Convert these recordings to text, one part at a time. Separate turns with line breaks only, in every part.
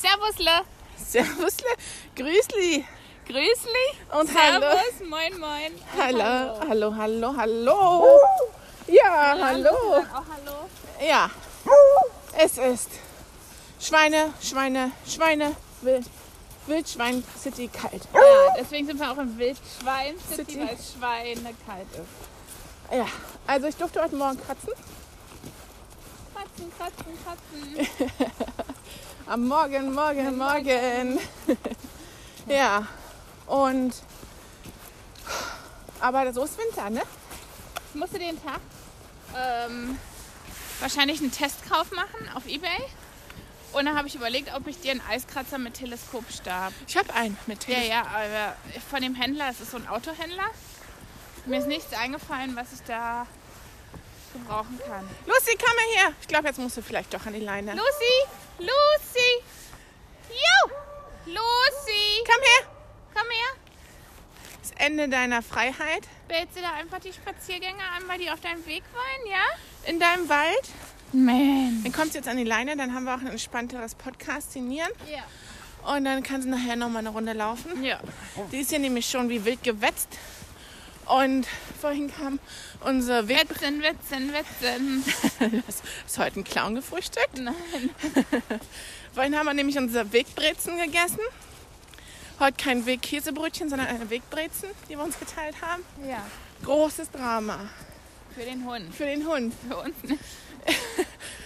Servusle.
Servusle, Grüßli
Grüßli.
und hallo.
Servus. Moin, moin. und
Hallo, hallo, hallo, hallo. Ja, hallo.
Auch hallo.
Ja, es ist Schweine, Schweine, Schweine, Wild, Wildschwein City kalt.
Ja, deswegen sind wir auch im Wildschwein City,
Oh. City.
weil es schweinekalt ist.
Ja, also ich durfte heute Morgen kratzen.
Kratzen, kratzen, kratzen.
Am Morgen, Morgen, Morgen. ja, und. Aber so ist Winter, ne?
Ich musste den Tag ähm, wahrscheinlich einen Testkauf machen auf Ebay. Und dann habe ich überlegt, ob ich dir einen Eiskratzer mit Teleskopstab.
Ich habe einen mit.
Ja, ja, aber von dem Händler, es ist so ein Autohändler. Mir ist nichts eingefallen, was ich da gebrauchen kann.
Lucy, komm mal her. Ich glaube, jetzt musst du vielleicht doch an die Leine.
Lucy! Lucy! Jo! Lucy!
Komm her.
Komm her!
Das Ende deiner Freiheit
Wählst du da einfach die Spaziergänger an, weil die auf deinem Weg wollen, ja?
in deinem Wald.
Man.
Dann kommt sie jetzt an die Leine, dann haben wir auch ein entspannteres Podcastinieren.
Ja.
Und dann kann sie nachher nochmal eine Runde laufen.
Ja.
Die ist hier nämlich schon wie wild gewetzt. Und vorhin kam unsere Weg...
Wetzen, wetzen, wetzen.
Was? Ist heute ein Clown gefrühstückt?
Nein.
Vorhin haben wir nämlich unsere Wegbrezen gegessen. Heute kein Wegkäsebrötchen, sondern eine Wegbrezen, die wir uns geteilt haben.
Ja.
Großes Drama
Für den Hund.
für den Hund.
Für uns ne? nicht.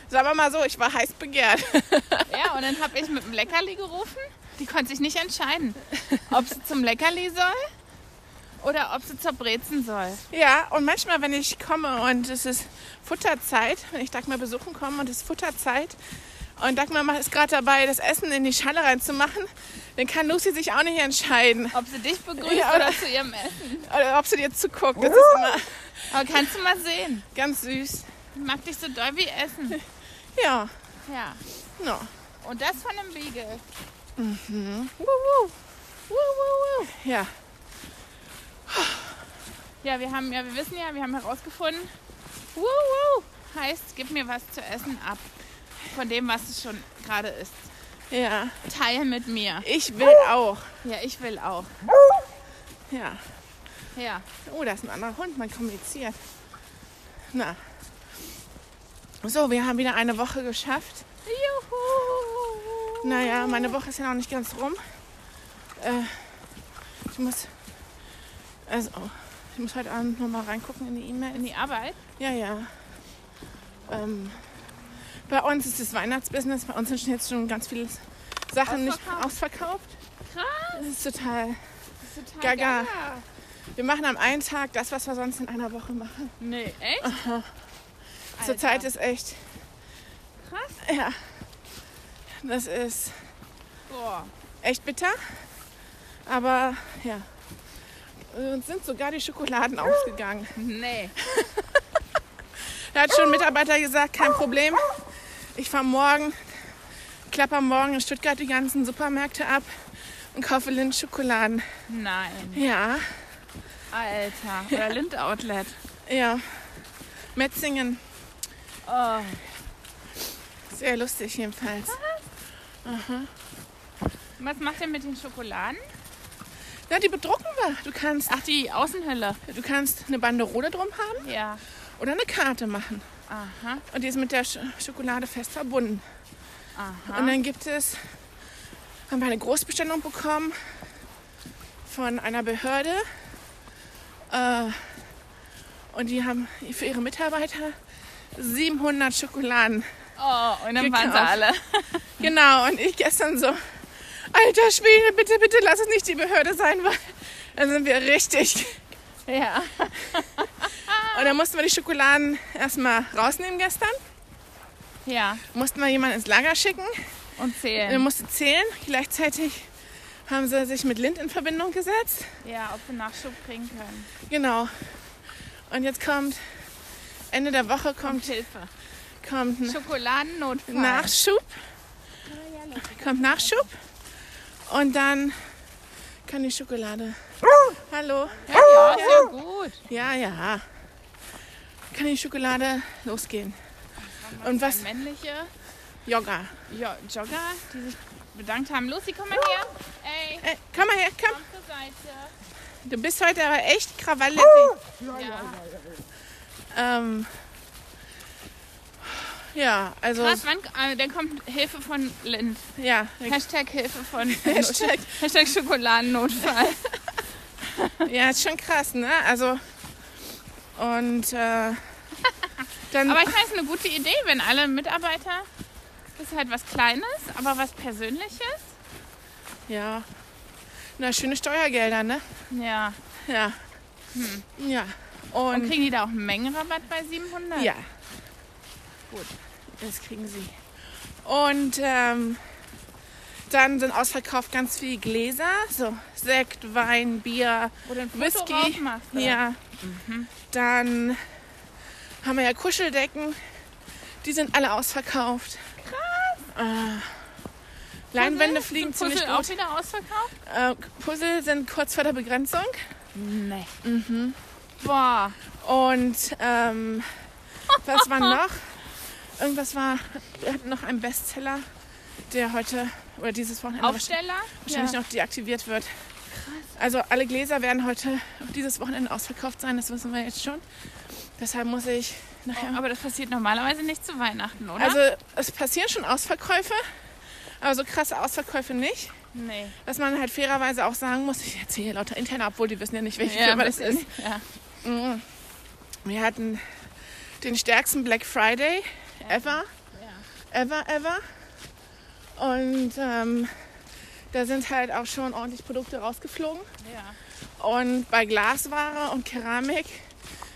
Sagen wir mal so, ich war heiß begehrt.
Ja, und dann habe ich mit dem Leckerli gerufen. Die konnte sich nicht entscheiden, ob sie zum Leckerli soll oder ob sie zur Brezen soll.
Ja, und manchmal, wenn ich komme und es ist Futterzeit, wenn ich Dagmar besuchen komme und es ist Futterzeit und Dagmar macht- ist gerade dabei, das Essen in die Schale reinzumachen, dann kann Lucy sich auch nicht entscheiden,
Ob sie dich begrüßt
Ja,
oder
oder-
zu ihrem Essen.
oder ob sie dir zuguckt. Das ist immer
Aber kannst du mal sehen.
ganz süß.
Ich mag dich so doll wie Essen.
Ja,
Ja.
no.
Und das von einem Beagle.
Mhm. ja.
Ja, wir haben ja, wir wissen ja, wir haben herausgefunden, wuh, wuh, heißt, gib mir was zu essen ab. Von dem, was es schon gerade ist.
ja.
Teil mit mir.
Ich will auch.
Ja, ich will auch.
Ja.
Ja.
Oh, da ist ein anderer Hund, man kommuniziert. Na. So, wir haben wieder eine Woche geschafft.
Juhu.
Naja, meine Woche ist ja noch nicht ganz rum. Äh, ich muss. Also, oh, ich muss heute Abend nochmal reingucken in die E-Mail.
In die Arbeit.
Ja, ja. Ähm, bei uns ist das Weihnachtsbusiness, bei uns sind jetzt schon ganz viele Sachen nicht ausverkauft.
Krass.
Das ist total.
Das ist total
Gaga.
gaga.
Wir machen am einen Tag das, was wir sonst in einer Woche machen.
Nee, echt?
Zurzeit ist echt.
Krass.
Ja. Das ist
Boah.
echt bitter. Aber ja. Uns sind sogar die Schokoladen ausgegangen.
Nee.
Da hat schon ein Mitarbeiter gesagt, kein Problem. Ich fahre morgen, klapper morgen in Stuttgart die ganzen Supermärkte ab und kaufe Lindt-Schokoladen.
Nein.
Ja,
Alter. Oder Lind Outlet.
ja. Metzingen,
Oh.
sehr lustig jedenfalls.
Was macht ihr mit den Schokoladen?
Na, die bedrucken wir. Du kannst,
Ach, die Außenhülle.
du kannst eine Banderole drum haben
Ja.
oder eine Karte machen.
Aha.
Und die ist mit der Sch Schokolade fest verbunden.
Aha.
Und dann gibt es, haben wir eine Großbestellung bekommen von einer Behörde. Äh, und die haben für ihre Mitarbeiter 700 Schokoladen.
Oh, und dann waren
Gekauft.
sie alle.
Genau, und ich gestern so, alter Schwede, bitte, bitte lass es nicht die Behörde sein, weil dann sind wir richtig.
Ja.
Und dann mussten wir die Schokoladen erstmal rausnehmen gestern.
Ja.
Mussten wir jemanden ins Lager schicken.
Und
Dann
zählen.
musste zählen. Gleichzeitig haben sie sich mit Lind in Verbindung gesetzt.
Ja, ob wir Nachschub kriegen können.
Genau. Und jetzt kommt Ende der Woche
Und
kommt,
Hilfe.
kommt ein
Schokoladennotfall.
Nachschub, kommt Nachschub und dann kann die Schokolade. Hallo.
Ja, ja, ist ja gut.
Ja, ja. Kann die Schokolade losgehen. Und was?
Männliche
Yoga.
jo Jogger, die sich bedankt haben. Lucy, komm mal her. Ey,
Äh, komm mal her, komm.
komm zur Seite.
Du bist heute aber echt krawallig.
Ja.
Ähm, ja, also
Krass, wann, äh, dann kommt Hilfe von Lind.
ja,
Hashtag Hilfe von
Hashtag.
Hashtag Schokoladennotfall.
ja, ist schon krass, ne? Also und äh, dann
Aber ich meine, es ist eine gute Idee, wenn alle Mitarbeiter. Das ist halt was Kleines, aber was Persönliches.
ja, na schöne Steuergelder, ne?
Ja.
Ja, ja
Hm. Und,
und,
kriegen die da auch einen Mengenrabatt bei 700?
ja,
Gut.
das kriegen sie. Und ähm, dann sind ausverkauft ganz viel Gläser, so Sekt, Wein, Bier,
Wo du ein Foto
Whisky.
drauf machst, oder?
Ja.
Mhm.
Dann haben wir ja Kuscheldecken. Die sind alle ausverkauft. Krass. Äh, Leinwände
Puzzle?
fliegen
Mhm. Sind
ziemlich
ne? Puzzle
gut.
auch wieder ausverkauft?
Äh, Puzzle sind kurz vor der Begrenzung.
Nee. Mhm. Boah.
Und ähm, was war noch? Irgendwas war, wir hatten noch einen Bestseller, der heute oder dieses Wochenende
Aufsteller?
wahrscheinlich
ja.
noch deaktiviert wird. Also alle Gläser werden heute dieses Wochenende ausverkauft sein, das wissen wir jetzt schon. Deshalb muss ich nachher
Oh, Aber das passiert normalerweise nicht zu Weihnachten, oder?
Also es passieren schon Ausverkäufe, aber so krasse Ausverkäufe nicht.
nee.
Dass man halt fairerweise auch sagen muss, ich erzähle hier lauter intern, obwohl die wissen ja nicht, welche
Ja,
Firma
aber
das ist.
Ja.
Mhm. Wir hatten den stärksten Black Friday ever,
Ja.
ever, ever. Und ähm, da sind halt auch schon ordentlich Produkte rausgeflogen.
ja.
Und bei Glasware und Keramik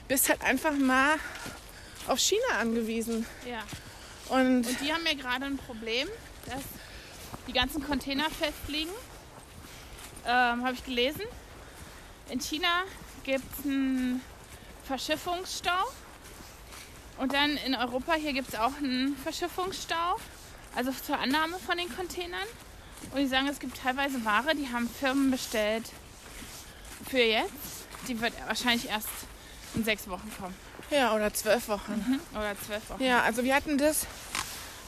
bist halt einfach mal auf China angewiesen.
ja.
Und
Und die haben ja gerade ein Problem, dass die ganzen Container festliegen. Ähm, Habe ich gelesen. In China gibt es einen Verschiffungsstau. Und dann in Europa, hier gibt es auch einen Verschiffungsstau. Also zur Annahme von den Containern. Und die sagen, es gibt teilweise Ware, die haben Firmen bestellt für jetzt. Die wird wahrscheinlich erst in sechs Wochen kommen.
ja, oder zwölf Wochen.
Oder zwölf Wochen.
Ja, also wir hatten das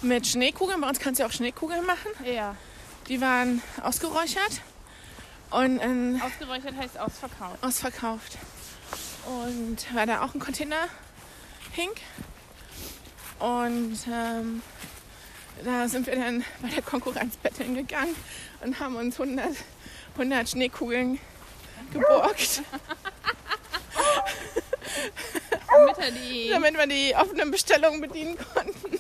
mit Schneekugeln. Bei uns kannst du ja auch Schneekugeln machen.
ja.
Die waren ausgeräuchert und ähm,
Ausgeräuchert heißt ausverkauft.
ausverkauft. Und weil da auch ein Container hing. Und ähm, da sind wir dann bei der Konkurrenz betteln gegangen und haben uns 100, 100 Schneekugeln geborgt,
Damit er die.
damit wir die offenen Bestellungen bedienen konnten.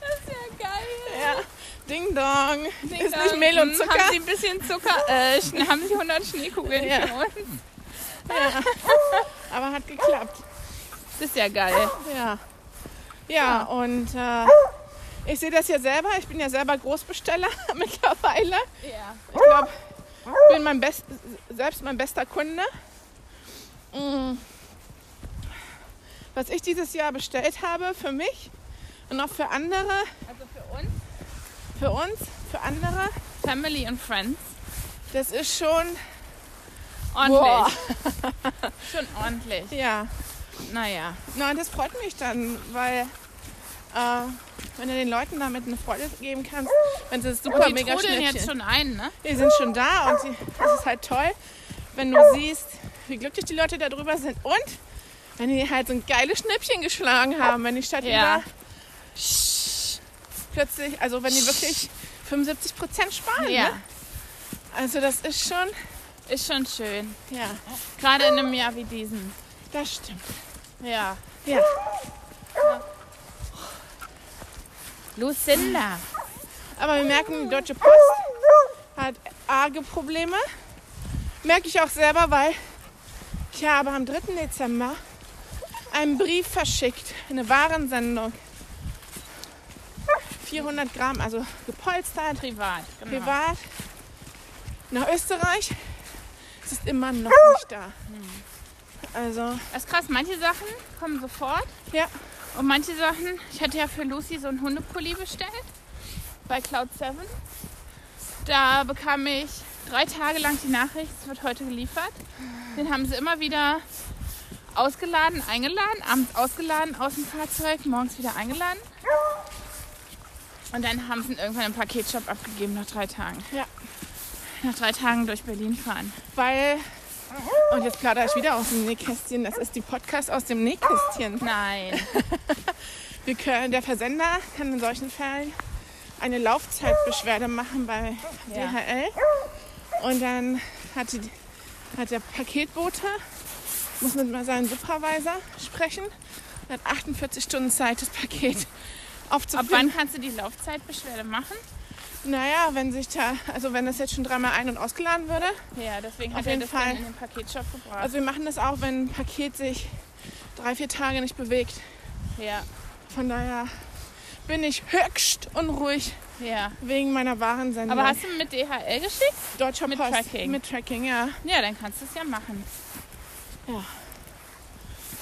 Das ist ja geil.
Ja. Ding dong, ist nicht
Ähm,
Mehl und Zucker.
Haben Sie ein bisschen Zucker? Äh, schn- haben Sie 100 Schneekugeln
Ja.
für uns?
Ja. Aber hat geklappt.
Das ist ja geil.
Ja. Ja, und äh, ich sehe das ja selber. Ich bin ja selber Großbesteller mittlerweile.
Ja.
Ich glaube, ich bin mein best, selbst mein bester Kunde. Mm. Was ich dieses Jahr bestellt habe für mich und auch für andere,
Also für uns,
für uns, für andere,
Family und Friends,
das ist schon,
ordentlich. Schon ordentlich.
ja.
Naja.
Na, das freut mich dann, weil äh, wenn du den Leuten damit eine Freude geben kannst, wenn sie es super
Und die
mega
trudeln
schnell
jetzt schon ein, ne?
Die sind schon da und die, das ist halt toll, wenn du siehst, wie glücklich die Leute darüber sind und wenn die halt so ein geiles Schnippchen geschlagen haben, wenn die Stadt
Ja.
über plötzlich, also wenn die wirklich 75 Prozent sparen.
Ja.
Ne? Also das ist schon,
Ist schon schön.
ja,
Gerade in einem Jahr wie diesem.
das stimmt.
Ja.
Ja.
Lucinda.
Aber wir merken, die Deutsche Post hat arge Probleme. Merke ich auch selber, weil ich habe am 3. Dezember einen Brief verschickt, eine Warensendung. 400 Gramm, also gepolstert,
Privat. Genau.
privat, nach Österreich. Es ist immer noch nicht da. Also,
Das ist krass, manche Sachen kommen sofort.
Ja.
Und manche Sachen, ich hatte ja für Lucy so einen Hundepulli bestellt bei Cloud7. Da bekam ich drei Tage lang die Nachricht, es wird heute geliefert. Den haben sie immer wieder ausgeladen, eingeladen, abends ausgeladen aus dem Fahrzeug, morgens wieder eingeladen. Und dann haben sie ihn irgendwann im Paketshop abgegeben nach drei Tagen.
Ja.
Nach drei Tagen durch Berlin fahren.
Weil. Und jetzt plaudere ich wieder aus dem Nähkästchen. Das ist die Podcast aus dem Nähkästchen.
Nein.
Wir können, der Versender kann in solchen Fällen eine Laufzeitbeschwerde machen bei
Ja.
DHL. Und dann hat, die, hat der Paketbote, muss mit seinem Supervisor sprechen, und hat 48 Stunden Zeit, das Paket
Ab
aufzufinden.
wann kannst du die Laufzeitbeschwerde machen?
Naja, wenn sich da, also wenn das jetzt schon dreimal ein- und ausgeladen würde.
Ja, deswegen
Auf
hat er
jeden
das
Fall.
dann in den Paketshop gebracht.
Also wir machen das auch, wenn ein Paket sich drei, vier Tage nicht bewegt.
ja,
Von daher bin ich höchst unruhig
ja.
wegen meiner Warensendung.
Aber hast du mit DHL geschickt?
Deutscher
mit
Post
Tracking?
mit Tracking, ja.
Ja, dann kannst du es ja machen.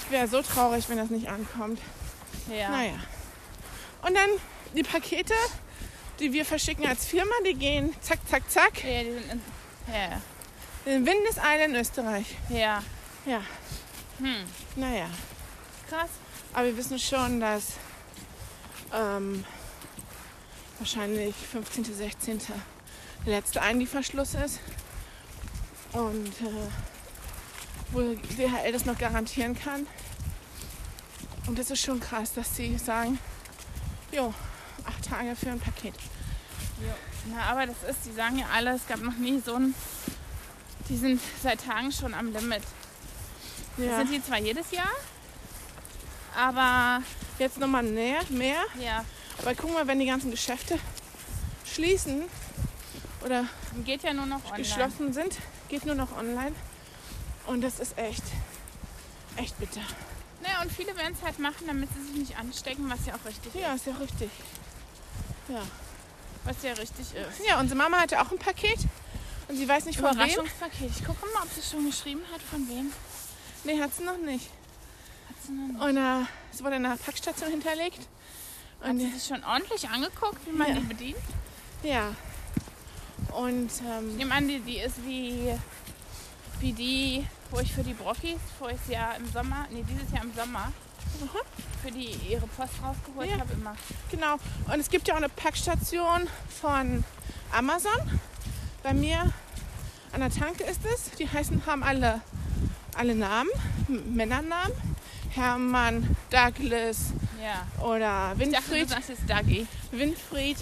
Ich wäre so traurig, wenn das nicht ankommt.
Ja.
Naja. Und dann die Pakete, die wir verschicken als Firma, die gehen zack, zack, zack.
Ja, die sind in, ja,
In Windeseile in Österreich.
ja.
Ja.
Hm,
Naja.
krass.
Aber wir wissen schon, dass ähm, wahrscheinlich 15., 16. der letzte Einlieferschluss ist. Und äh, wo DHL das noch garantieren kann. Und das ist schon krass, dass sie sagen, jo, acht Tage für ein Paket.
Na, aber das ist, die sagen ja alle, es gab noch nie so einen. Die sind seit Tagen schon am Limit. Das
Ja.
sind die zwar jedes Jahr, aber
Jetzt nochmal mehr, mehr.
ja,
Aber guck mal, wenn die ganzen Geschäfte schließen oder
geht ja nur noch online.
geschlossen sind, geht nur noch online. Und das ist echt, echt bitter.
Naja, und viele werden es halt machen, damit sie sich nicht anstecken, was ja auch richtig
Ja,
ist.
ist ja richtig.
Was ja richtig ist.
Ja, unsere Mama hatte auch ein Paket und sie weiß nicht von wem.
Überraschungspaket. Ich gucke mal, ob sie schon geschrieben hat, von wem.
Nee, hat sie noch nicht.
Hat sie, noch nicht.
Und äh, es wurde in einer Packstation hinterlegt.
hat
Und
sie sich schon ordentlich angeguckt, wie man
Ja.
die bedient?
ja. Und ähm,
Ich nehme an, die, die ist wie, wie die, wo ich für die Brockis voriges Jahr im Sommer, nee, dieses Jahr im Sommer, für die ihre Post rausgeholt
Ja.
habe immer.
genau. Und es gibt ja auch eine Packstation von Amazon. Bei mir an der Tanke ist es. Die heißen, haben alle, alle Namen, M Männernamen. Hermann, Douglas
Ja.
oder
Ich dachte, du
Winfried.
sagst jetzt Dagi.
Winfried.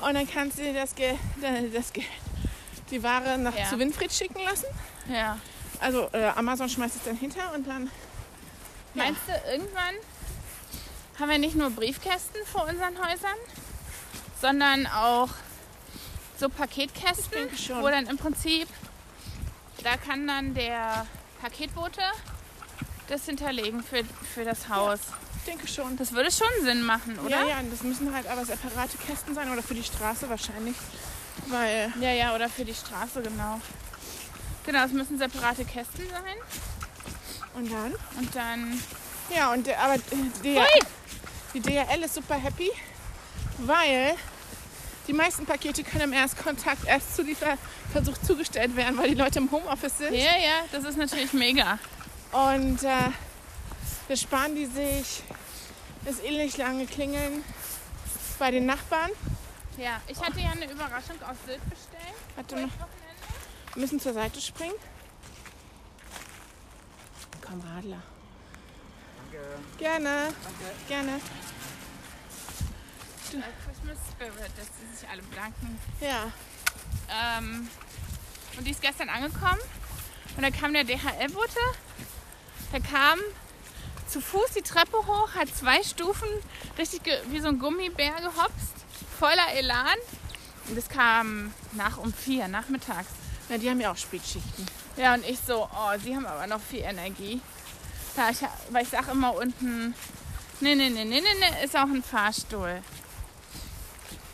Und dann kannst du dir das Geld, das Geld, die Ware nach
Ja.
zu Winfried schicken lassen.
Ja.
Also äh, Amazon schmeißt es dann hinter und dann.
Meinst du, irgendwann haben wir nicht nur Briefkästen vor unseren Häusern, sondern auch so Paketkästen,
denke schon.
wo dann im Prinzip, da kann dann der Paketbote das hinterlegen für, für das Haus.
Ich denke schon.
Das würde schon Sinn machen, oder?
Ja, ja, und das müssen halt aber separate Kästen sein oder für die Straße wahrscheinlich. Weil
Ja, ja, oder für die Straße, genau. Genau, es müssen separate Kästen sein
und dann.
und dann.
Ja, und der, aber äh, der,
Hui!
die DHL ist super happy, weil die meisten Pakete können im Erstkontakt erst zu Lieferversuch zugestellt werden, weil die Leute im Homeoffice sind.
Ja, ja, das ist natürlich mega.
Und äh, da sparen die sich das ähnlich lange Klingeln bei den Nachbarn.
Ja, ich hatte ja eine Überraschung aus Sylt bestellt.
Warte mal,
voriges Wochenende.
müssen zur Seite springen. Komm, Radler. Danke. Gerne. Danke. Gerne.
Äh, Christmas Spirit, dass sie sich alle bedanken.
Ja.
Ähm, und die ist gestern angekommen und da kam der DHL-Bote. Der kam zu Fuß die Treppe hoch, hat zwei Stufen richtig ge- wie so ein Gummibär gehopst, voller Elan. Und das kam nach um vier nachmittags.
Na, die haben ja auch Spätschichten.
Ja, und ich so, oh, sie haben aber noch viel Energie. Da ich, weil ich sage immer unten, nee, nee, nee, nee, nee, nee, ist auch ein Fahrstuhl.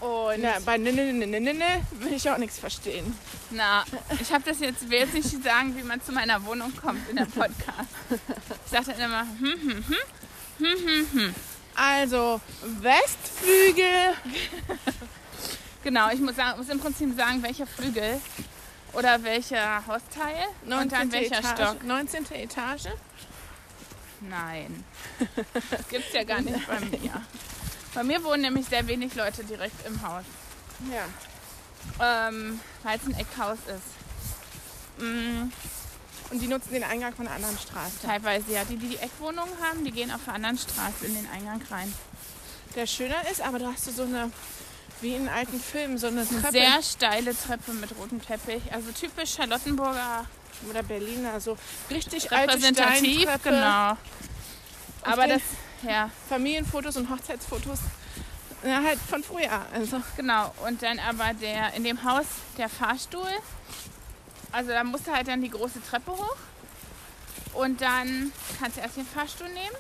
Und Na, bei ne, ne, ne, ne, ne, ne will ich auch nichts verstehen.
Na, ich habe das jetzt, will jetzt nicht sagen, wie man zu meiner Wohnung kommt in der Podcast. Ich sage dann immer, hm,
Also, Westflügel.
genau, ich muss, sagen, muss im Prinzip sagen, welcher Flügel oder welcher Hausteil und dann
19.
welcher
Etage,
Stock.
19. Etage.
Nein, das gibt's ja gar nicht bei mir. Bei mir wohnen nämlich sehr wenig Leute direkt im Haus,
Ja.
ähm, weil es ein Eckhaus ist. Mm,
Und die nutzen den Eingang von einer anderen Straße.
teilweise ja. Die, die die Eckwohnungen haben, die gehen auf der anderen Straße in den Eingang rein.
Der schöner ist, aber da hast du so eine, wie in alten Filmen, so eine Treppe.
Sehr steile Treppe mit rotem Teppich. Also typisch Charlottenburger
oder Berliner, so richtig alte
repräsentativ.
Steintreppe.
Genau. Aber
den-
das, ja,
Familienfotos und Hochzeitsfotos. Ja, halt von früher. Also,
genau. Und dann aber der, in dem Haus der Fahrstuhl. Also da musst du halt dann die große Treppe hoch. Und dann kannst du erst den Fahrstuhl nehmen.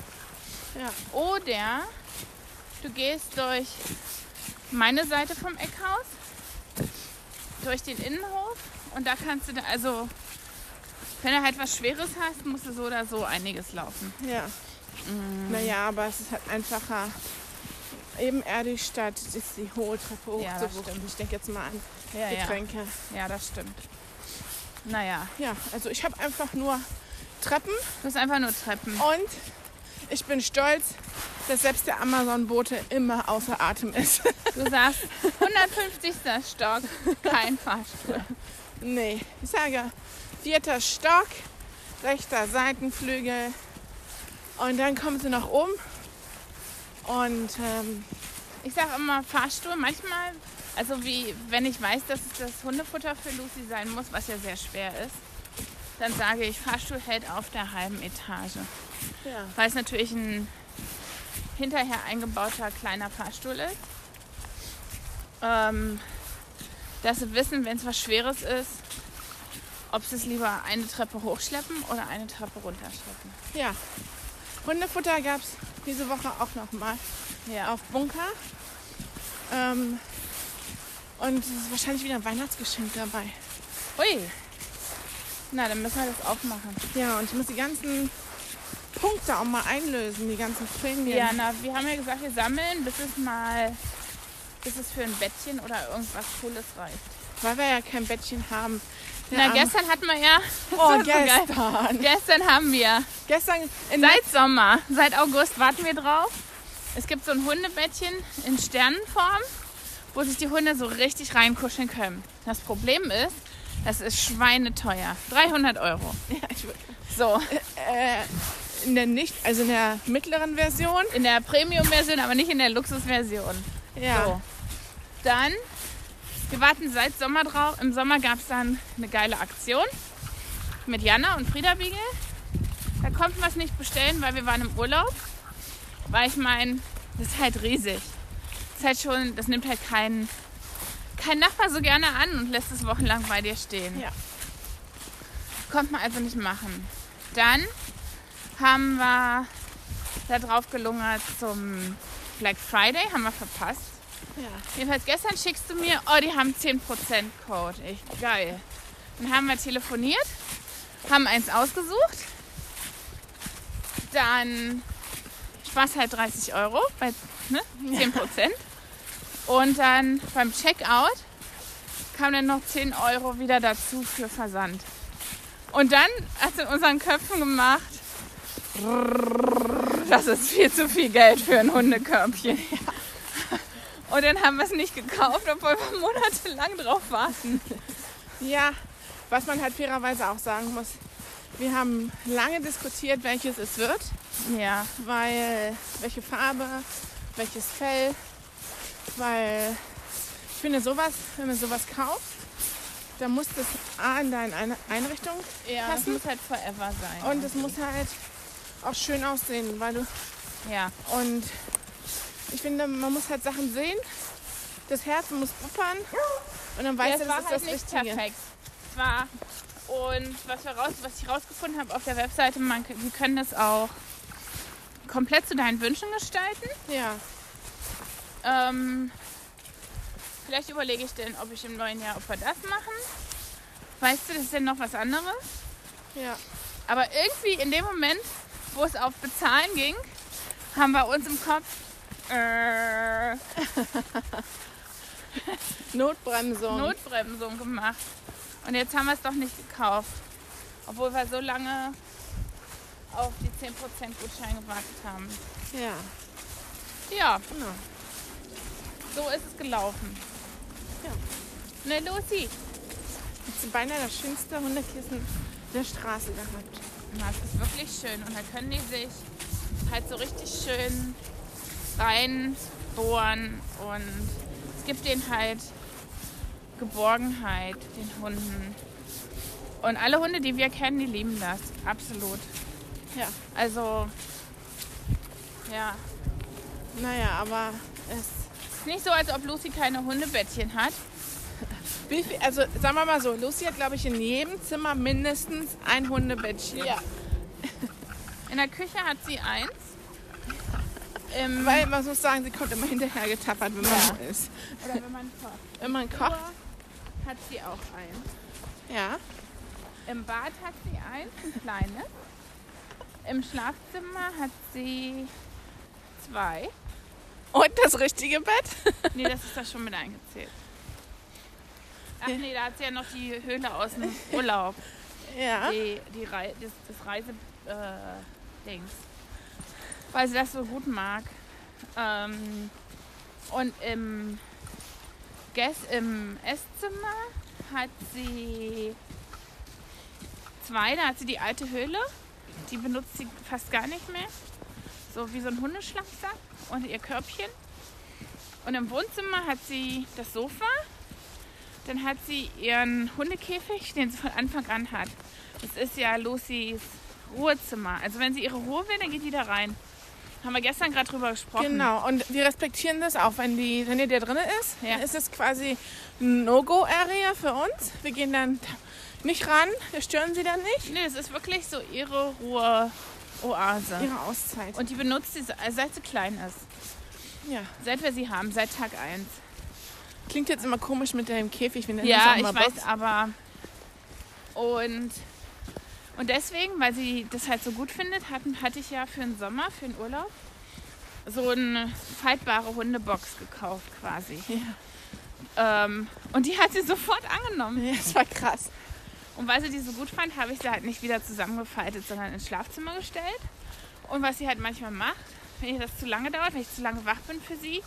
ja.
Oder du gehst durch meine Seite vom Eckhaus, durch den Innenhof und da kannst du, da, also wenn du halt was Schweres hast, musst du so oder so einiges laufen.
Ja.
Mm.
Naja, aber es ist halt einfacher. Eben erdig statt ist die hohe Treppe hoch
Ja,
zu
das
buchen. Ich denke jetzt mal an
Ja, ja.
Getränke.
ja das stimmt. Naja,
Ja, also ich habe einfach nur Treppen
du hast einfach nur Treppen.
und ich bin stolz, dass selbst der Amazon-Bote immer außer Atem ist.
Du sagst 150. Stock, kein Fahrstuhl.
nee, ich sage vierter Stock, rechter Seitenflügel und dann kommen sie nach oben und ähm,
Ich sag immer Fahrstuhl, manchmal, also wie wenn ich weiß, dass es das Hundefutter für Lucy sein muss, was ja sehr schwer ist, dann sage ich, Fahrstuhl hält auf der halben Etage.
ja.
Weil es natürlich ein hinterher eingebauter kleiner Fahrstuhl ist. Ähm, dass sie wissen, wenn es was Schweres ist, ob sie es lieber eine Treppe hochschleppen oder eine Treppe runterschleppen.
Ja. Hundefutter gab es diese Woche auch nochmal
Ja.
auf Bunker. Ähm, und es ist wahrscheinlich wieder ein Weihnachtsgeschenk dabei.
Ui. Na, dann müssen wir das aufmachen.
Ja, und ich muss die ganzen Punkte auch mal einlösen, die ganzen Prämien.
Ja, na, wir haben ja gesagt, wir sammeln, bis es mal, bis es für ein Bettchen oder irgendwas Cooles reicht.
Weil wir ja kein Bettchen haben. Der
na,
arme-
gestern hatten wir ja,
oh,
das ist so geil.
gestern.
gestern haben wir,
Gestern in
seit Sommer, seit August warten wir drauf. Es gibt so ein Hundebettchen in Sternenform, wo sich die Hunde so richtig reinkuscheln können. Das Problem ist, das ist schweineteuer. 300 Euro.
Ja, ich will-
So,
äh, in der nicht, also in der mittleren Version.
in der Premium-Version, aber nicht in der Luxus-Version.
Ja.
So. Dann, wir warten seit Sommer drauf. Im Sommer gab es dann eine geile Aktion mit Jana und Frieda Biegel. Da konnten wir es nicht bestellen, weil wir waren im Urlaub. Weil ich meine, das ist halt riesig. Das ist halt schon, das nimmt halt keinen kein Nachbar so gerne an und lässt es wochenlang bei dir stehen.
Ja.
Konnte man also nicht machen. Dann haben wir da drauf gelungert zum Black Friday, haben wir verpasst.
Ja.
Jedenfalls gestern schickst du mir, oh, die haben 10% Code. Echt geil. Dann haben wir telefoniert, haben eins ausgesucht. Dann Spaß halt 30 Euro bei ne, 10%. Und dann beim Checkout kam dann noch 10 Euro wieder dazu für Versand. Und dann hat es in unseren Köpfen gemacht, das ist viel zu viel Geld für ein Hundekörbchen. Und dann haben wir es nicht gekauft, obwohl wir monatelang drauf warten.
Ja, was man halt fairerweise auch sagen muss, wir haben lange diskutiert, welches es wird,
Ja,
weil welche Farbe, welches Fell, weil ich finde sowas, wenn man sowas kauft, dann muss das A in deine Ein- Einrichtung
ja. Das
Passen.
muss halt forever sein.
und es muss halt auch schön aussehen, weil du
ja,
und ich finde, man muss halt Sachen sehen, das Herz muss puppern und dann
ja,
weißt
es
du,
war
das ist
halt
das
nicht
Richtige.
perfekt. Es war und was, wir raus, was ich rausgefunden habe auf der Webseite, man, k- die können das auch komplett zu deinen Wünschen gestalten.
Ja,
Ähm, vielleicht überlege ich dann, ob ich im neuen Jahr, ob wir das machen. Weißt du, das ist ja noch was anderes.
ja,
Aber irgendwie in dem Moment, wo es auf Bezahlen ging, haben wir uns im Kopf. Äh,
Notbremsung.
Notbremsung gemacht. Und jetzt haben wir es doch nicht gekauft. Obwohl wir so lange auf die 10% Gutschein gewartet haben.
ja.
Ja,
Genau.
So ist es gelaufen.
Ja.
Ne, Lucy?
Das ist beinahe das schönste Hundekissen der Straße gehabt.
Na, es ist wirklich schön. Und da können die sich halt so richtig schön reinbohren. Und es gibt denen halt Geborgenheit, den Hunden. Und alle Hunde, die wir kennen, die lieben das. Absolut.
Ja.
Also, ja.
Naja, aber es.
Ist nicht so, als ob Lucy keine Hundebettchen hat.
Wie viel, also sagen wir mal so, Lucy hat, glaube ich, in jedem Zimmer mindestens ein Hundebettchen.
In der Küche hat sie eins. Im,
Ähm, Weil man muss sagen, sie kommt immer hinterher getappert, wenn man
Ja.
ist.
oder wenn man kocht.
Wenn man kocht.
Hat sie auch eins.
Ja.
Im Bad hat sie eins, ein kleines. Im Schlafzimmer hat sie zwei.
Und das richtige Bett.
Nee, das ist da schon mit eingezählt. Ach nee, da hat sie ja noch die Höhle aus dem Urlaub.
Ja.
Die, die Rei das, das Reise-Dings. Weil sie das so gut mag. Ähm, und im, Guess, im Esszimmer hat sie zwei. Da hat sie die alte Höhle. Die benutzt sie fast gar nicht mehr. So wie so ein Hundeschlafsack und ihr Körbchen. Und im Wohnzimmer hat sie das Sofa. Dann hat sie ihren Hundekäfig, den sie von Anfang an hat. Das ist ja Lucys Ruhezimmer. Also wenn sie ihre Ruhe will, dann geht die da rein. Haben wir gestern gerade drüber gesprochen.
Genau, und wir respektieren das auch, wenn die, wenn ihr da drin ist,
Ja.
dann ist es quasi ein No-Go-Area für uns. Wir gehen dann nicht ran, wir stören sie dann nicht.
Nee, das ist wirklich so ihre Ruhe-Oase.
Ihre Auszeit.
Und die benutzt sie, also seit sie klein ist.
ja.
Seit wir sie haben, seit Tag 1.
Klingt jetzt immer komisch mit dem Käfig, wenn
Ja,
auch
ich
mal
weiß, aber. Und, und deswegen, weil sie das halt so gut findet, hatten, hatte ich ja für den Sommer, für den Urlaub, so eine faltbare Hundebox gekauft quasi. Ähm, und die hat sie sofort angenommen.
Ja, das war krass.
Und weil sie die so gut fand, habe ich sie halt nicht wieder zusammengefaltet, sondern ins Schlafzimmer gestellt. Und was sie halt manchmal macht, wenn ihr das zu lange dauert, wenn ich zu lange wach bin für sie,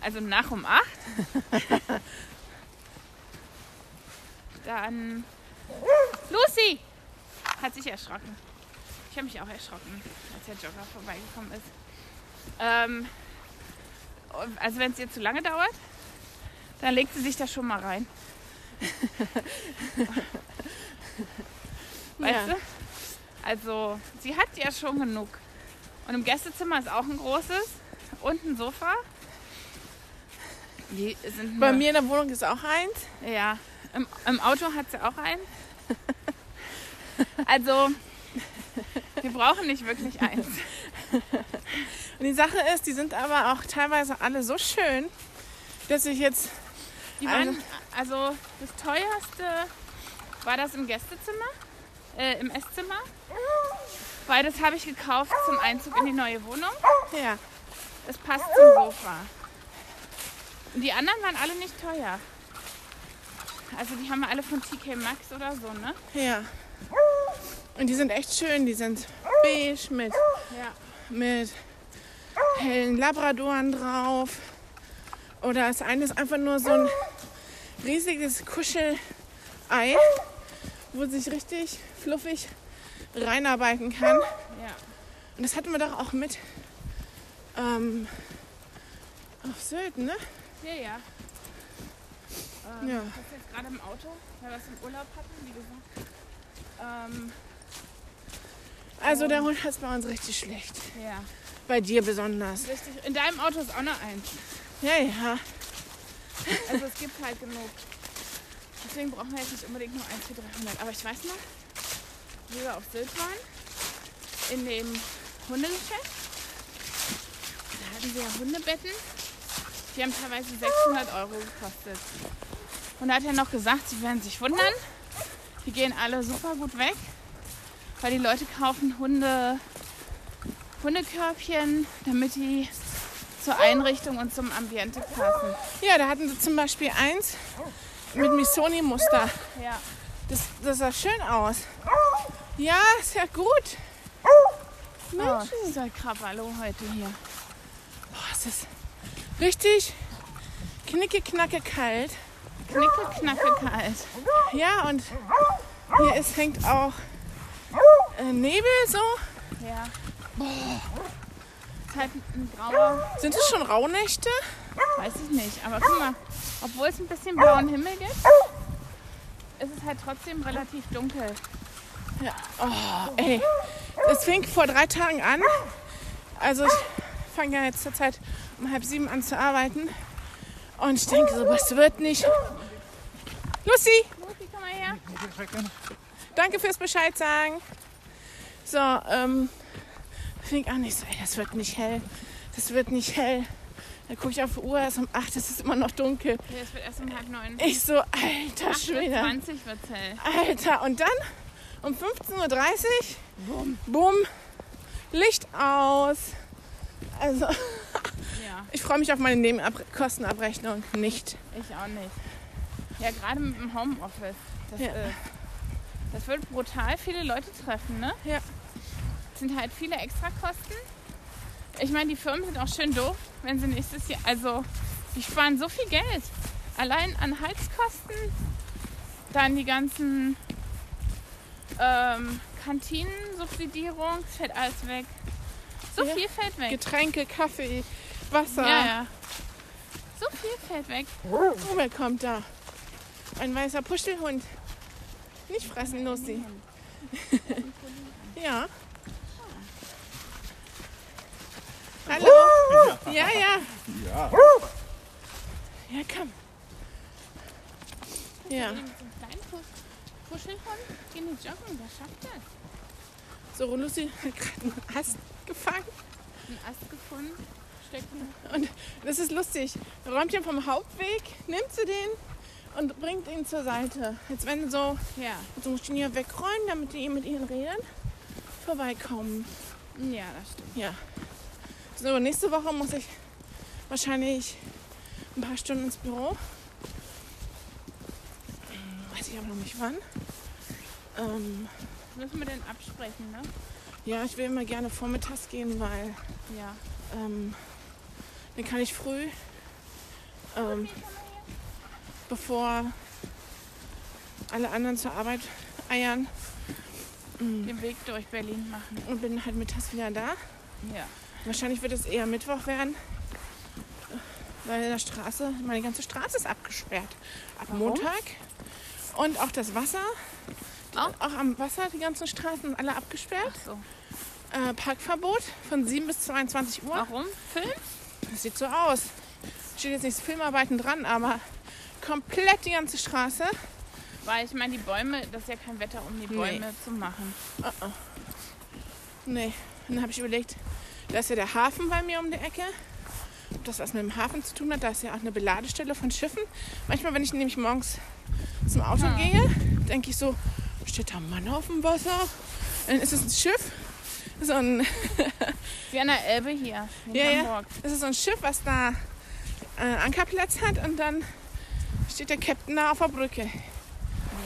also nach um 8, dann. Lucy! Hat sich erschrocken. Ich habe mich auch erschrocken, als der Jogger vorbeigekommen ist. Ähm, also, wenn es ihr zu lange dauert, dann legt sie sich da schon mal rein. Weißt
ja.
du? Also, sie hat ja schon genug. Und im Gästezimmer ist auch ein großes und ein Sofa. Die sind
Bei
nur-
mir in der Wohnung ist auch eins.
Ja, im, im Auto hat sie auch einen. Also, wir brauchen nicht wirklich eins.
Und die Sache ist, die sind aber auch teilweise alle so schön, dass ich jetzt.
Die waren, also das teuerste war das im Gästezimmer, äh, im Esszimmer. Weil das habe ich gekauft zum Einzug in die neue Wohnung.
Ja.
Es passt zum Sofa. Und die anderen waren alle nicht teuer. Also die haben wir alle von TK Maxx oder so, ne?
Ja. Und die sind echt schön. Die sind beige mit,
Ja.
mit hellen Labradoren drauf. Oder das eine ist einfach nur so ein riesiges Kuschelei, wo man sich richtig fluffig reinarbeiten kann.
ja.
Und das hatten wir doch auch mit ähm, auf Sylt, ne?
Ja, ja. Ähm,
Ja.
Ich sitze jetzt gerade im Auto, weil wir es im Urlaub hatten, wie gesagt. Ähm,
Also der Hund hat es bei uns richtig schlecht.
ja.
Bei dir besonders.
Richtig. In deinem Auto ist auch noch eins.
Ja, ja.
Also es gibt halt genug. Deswegen brauchen wir jetzt nicht unbedingt nur eins für 300. Aber ich weiß noch, wie wir auf Sylt waren, in dem Hundegeschäft, da hatten wir ja Hundebetten. Die haben teilweise 600 Euro gekostet. Und da hat er noch gesagt, sie werden sich wundern. Die gehen alle super gut weg, weil die Leute kaufen Hunde, Hundekörbchen, damit die zur Einrichtung und zum Ambiente passen.
Ja, da hatten sie zum Beispiel eins mit Missoni-Muster.
Ja.
Das, das sah schön aus. Ja, ist ja gut.
Mensch, oh, ist halt Krawallo heute hier.
Boah, es ist richtig knicke, knacke kalt.
Knicke, knacke, kalt.
Ja, und hier ist, hängt auch äh, Nebel so.
Ja. Ist halt ein grauer,
Sind es schon Rauhnächte?
weiß ich nicht. Aber guck mal, obwohl es ein bisschen blauen Himmel gibt, ist es halt trotzdem relativ dunkel.
Ja. Oh, ey. Es fing vor drei Tagen an. Also ich fange ja jetzt zur Zeit um halb sieben an zu arbeiten. Und ich denke so, was wird nicht. Lucy,
Lucy, komm mal her.
danke fürs Bescheid sagen. So, ähm, fing an, ich so, ey, das wird nicht hell. Das wird nicht hell. Dann gucke ich auf die Uhr, es ist um acht, es ist immer noch dunkel.
Okay, es wird erst um halb neun.
Ich so, alter Schwede.
20 wird's hell.
Alter, und dann um 15.30 Uhr, bumm, Licht aus. Also,
Ja,
ich freue mich auf meine Nebenkostenabrechnung nicht.
ich auch nicht. Ja, gerade mit dem Homeoffice. Das,
Ja.
ist, das wird brutal viele Leute treffen, ne?
Ja.
Es sind halt viele Extrakosten. Ich meine, die Firmen sind auch schön doof, wenn sie nächstes Jahr. Also, die sparen so viel Geld. Allein an Heizkosten, dann die ganzen ähm, Kantinen-Subsidierung, es fällt alles weg. So
Ja.
viel fällt weg.
Getränke, Kaffee, Wasser.
Ja, ja. So viel fällt weg.
Oh, wer kommt da? Ein weißer Puschelhund. Nicht fressen, Lucy. ja. Hallo. Ja, ja.
Ja,
Ja, komm. Ja,
Mit so einem kleinen Pus- Kuschelhund gehen die joggen, wer schafft das?
so Lucy hat gerade einen Ast gefangen.
Einen Ast gefunden, stecken.
Und das ist lustig. Räumt ihn vom Hauptweg, nimmt sie den und bringt ihn zur Seite. Jetzt wenn so,
Ja,
jetzt muss ich ihn hier wegräumen, damit die mit ihren Rädern vorbeikommen.
ja, das stimmt.
Ja. So, nächste Woche muss ich wahrscheinlich ein paar Stunden ins Büro. Ähm, Weiß ich aber noch nicht wann. Ähm,
Das müssen wir denn absprechen, ne?
ja, ich will immer gerne vormittags gehen, weil
Ja.
ähm, dann kann ich früh, ähm, bevor alle anderen zur Arbeit eiern
Den Weg durch Berlin machen.
und bin halt mittags wieder da.
Ja.
Wahrscheinlich wird es eher Mittwoch werden, weil in der Straße, meine ganze Straße ist abgesperrt. Ab
Warum?
Montag. Und auch das Wasser.
Ah.
Auch am Wasser, die ganzen Straßen sind alle abgesperrt.
Ach so.
Äh, Parkverbot von 7 bis 22 Uhr.
Warum? Film?
Das sieht so aus. Steht jetzt nichts Filmarbeiten dran, aber komplett die ganze Straße.
Weil ich meine, die Bäume, das ist ja kein Wetter, um die Bäume zu machen.
Oh, oh. Nee, Und dann habe ich überlegt, da ist ja der Hafen bei mir um die Ecke. Ob das was mit dem Hafen zu tun hat, da ist ja auch eine Beladestelle von Schiffen. Manchmal, wenn ich nämlich morgens zum Auto
Ah.
gehe, denke ich so, steht da ein Mann auf dem Wasser? Und dann ist es ein Schiff. So ein,
Wie an der Elbe hier. In
Ja, ja.
Hamburg.
das ist so ein Schiff, was da äh, Ankerplatz hat und dann steht der Captain da auf der Brücke.
Nee,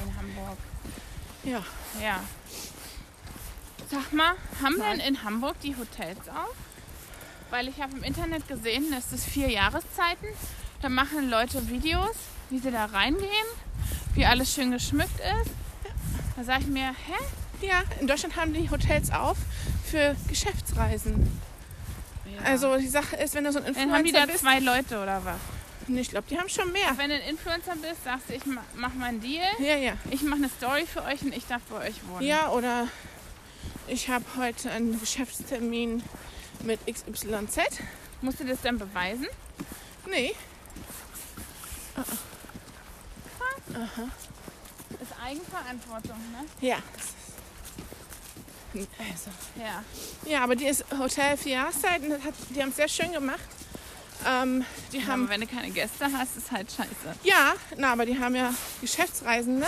in Hamburg.
Ja.
Ja. Sag mal, haben
Nein.
denn in Hamburg die Hotels auf? Weil ich habe im Internet gesehen, dass es vier Jahreszeiten. Da machen Leute Videos, wie sie da reingehen, wie alles schön geschmückt ist. Da sage ich mir, hä?
Ja, in Deutschland haben die Hotels auf für Geschäftsreisen. Also die Sache ist, wenn du so ein
Ah. dann haben die da
Influencer bist,
zwei Leute oder was?
Nee, ich glaube, die haben schon mehr.
Wenn du ein Influencer bist, sagst du, ich ma- mach mal einen Deal,
Ja, ja.
ich mache eine Story für euch und ich darf bei euch wohnen.
Ja, oder ich habe heute einen Geschäftstermin mit XYZ.
Musst du das dann beweisen?
Nee,
Ist Eigenverantwortung, ne?
ja. Also.
Ja.
Ja, aber die ist Hotel vier Jahreszeiten, das hat, die haben es sehr schön gemacht. Ähm, die
Aber
haben,
wenn du keine Gäste hast, ist halt scheiße.
ja, na, aber die haben ja Geschäftsreisende.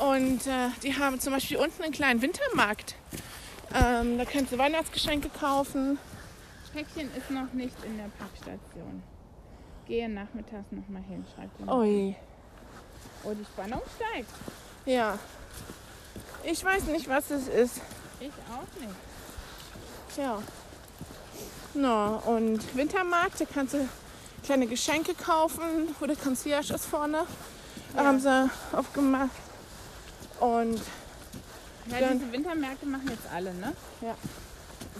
Und äh, die haben zum Beispiel unten einen kleinen Wintermarkt. Ähm, da kannst du Weihnachtsgeschenke kaufen.
Päckchen ist noch nicht in der Packstation. Gehe nachmittags nochmal hin, schreibt er.
Ui.
oh, die Spannung steigt.
Ja. Ich weiß nicht, was es ist.
Ich auch nicht.
Tja. Na, und Wintermarkt, da kannst du kleine Geschenke kaufen, wo der Concierge ist vorne. Da haben sie aufgemacht. Und
Ja,
Dann-
diese Wintermärkte machen jetzt alle, ne?
Ja.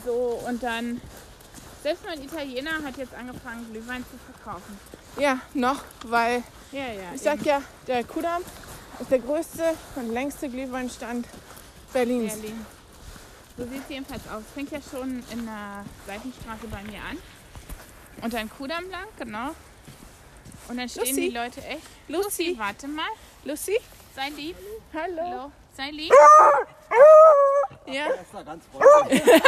So, und dann, selbst mein Italiener hat jetzt angefangen, Glühwein zu verkaufen.
ja, noch, weil
Ja, ja.
ich sag ja, der Kudamm ist der größte und längste Glühweinstand Berlins.
Berlin. So sieht es jedenfalls aus. Fängt ja schon in der Seitenstraße bei mir an. Und dann Kudamm lang, genau. Und dann stehen
Lucy.
die Leute echt.
Lucy,
Warte mal.
Lucy,
Sei lieb.
hallo.
Hallo. Sei lieb.
Ja,
Er ist da ganz freundlich,
er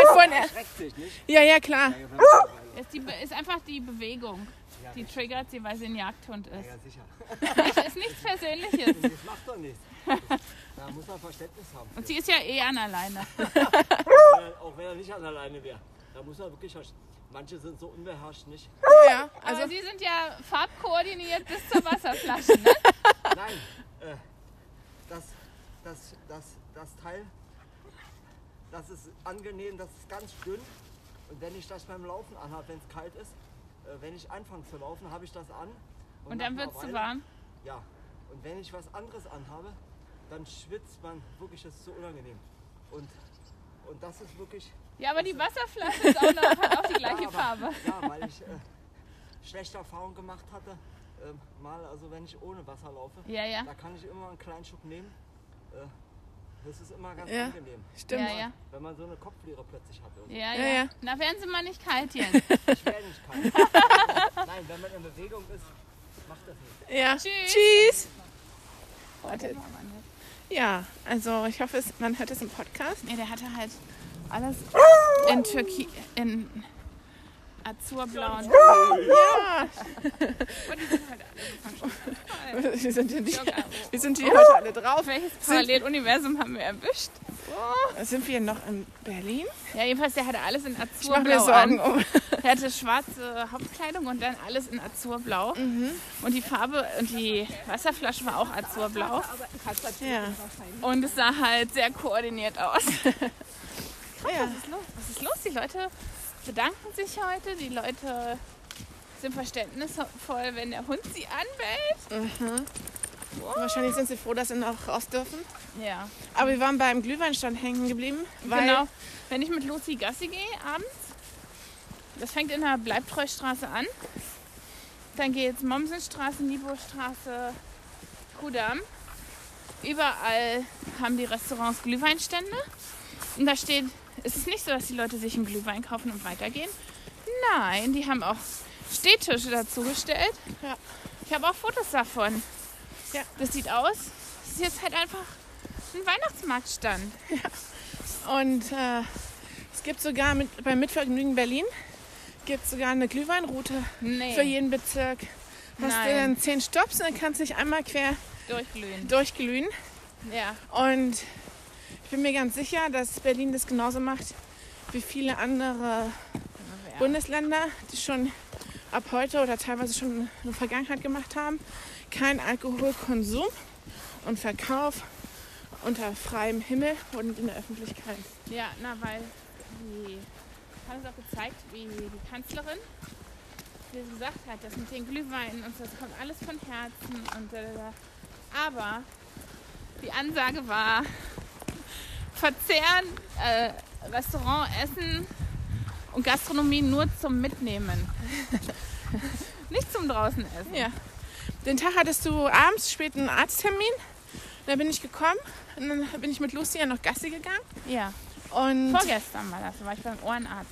hat vorhin, er,
schreckt sich nicht.
ja, ja, klar.
Ja, ja,
Ist, die, Be- ist einfach die Bewegung.
Ja,
Die triggert sie, weil sie ein Jagdhund ist.
ja, sicher.
Das ist nichts Persönliches.
Das macht doch nichts. Da muss man Verständnis haben.
Und sie ist ja eh an alleine.
Auch wenn er- Auch wenn er nicht an alleine wäre. Da muss man wirklich. verst- Manche sind so unbeherrscht nicht.
Ja,
Also
also
Aber sie sind ja farbkoordiniert bis zur Wasserflasche. Ne?
Nein, äh, das, das, das, das Teil, das ist angenehm, das ist ganz dünn. Und wenn ich das beim Laufen anhabe, wenn es kalt ist, äh, wenn ich anfange zu laufen, habe ich das an.
Und
nach
dann
einer
wird es zu
Weile-
warm.
Ja, und wenn ich was anderes anhabe, dann schwitzt man wirklich, das ist so unangenehm. Und, und das ist wirklich,
Ja, aber die Wasserflasche ist auch noch hat auch die gleiche Farbe.
ja, weil ich äh, schlechte Erfahrungen gemacht hatte, ähm, mal, also wenn ich ohne Wasser laufe,
Ja, ja.
da kann ich immer einen kleinen Schub nehmen. Äh, das ist immer ganz
Ja.
angenehm,
stimmt.
Ja, ja.
wenn man so eine Kopfleere plötzlich hat. Und
Ja,
Ja,
ja.
ja.
Na, werden sie mal nicht kalt jetzt.
Ich werde nicht kalt. Nein, wenn man in Bewegung ist, macht das nicht.
Ja.
Tschüss.
Tschüss. Warte. Ja, also ich hoffe, es, man hört es im Podcast.
Nee, der hatte halt alles in Türkei, in Azurblauen.
Ja,
Und die sind halt alle
wir sind hier, nicht,
Yoga.
wir sind hier heute alle
Auf
drauf.
oh. welches Paralleluniversum haben wir erwischt?
Sind wir noch in Berlin?
Ja, jedenfalls, der hatte alles in
Ich mache
Azurblau
mir Sorgen
an.
um.
Er hatte schwarze Hauptkleidung und dann alles in Azurblau. Und die Farbe und die Wasserflasche war auch Azurblau.
Ja.
Und es sah halt sehr koordiniert aus.
ja.
Was ist los? Was ist los? Die Leute bedanken sich heute. Die Leute sind verständnisvoll, wenn der Hund sie anbellt.
Wahrscheinlich sind sie froh, dass sie noch raus dürfen.
Ja,
Aber wir waren beim Glühweinstand hängen geblieben, weil
genau. Wenn ich mit Lucy Gassi gehe abends, das fängt in der Bleibtreustraße an. Dann geht's Mommsenstraße, Nibostraße, Kudamm. Überall haben die Restaurants Glühweinstände. Und da steht, es ist nicht so, dass die Leute sich einen Glühwein kaufen und weitergehen. Nein, die haben auch Stehtische dazugestellt.
Ja.
Ich habe auch Fotos davon.
Ja.
Das sieht aus. Das ist jetzt halt einfach ein Weihnachtsmarktstand.
und äh, es gibt sogar mit, beim Mitvergnügen Berlin gibt sogar eine Glühweinroute
Nee,
für jeden Bezirk. Hast
Nein.
du dann zehn Stops und dann kannst du dich einmal quer
durchglühen.
durchglühen.
Ja.
Und ich bin mir ganz sicher, dass Berlin das genauso macht wie viele andere Bundesländer, die schon ab heute oder teilweise schon in der Vergangenheit gemacht haben. Kein Alkoholkonsum und Verkauf unter freiem Himmel und in der Öffentlichkeit.
Ja, na, weil die haben es auch gezeigt, wie die Kanzlerin wie sie gesagt hat, das mit den Glühweinen und so, das kommt alles von Herzen und da, da, da. Aber die Ansage war, verzehren, äh, Restaurant, Essen und Gastronomie nur zum Mitnehmen. Nicht zum draußen essen.
Ja. Den Tag hattest du abends spät einen Arzttermin. Da bin ich gekommen und dann bin ich mit Lucia noch Gassi gegangen.
ja.
Und
Vorgestern war das, da war ich beim Ohrenarzt.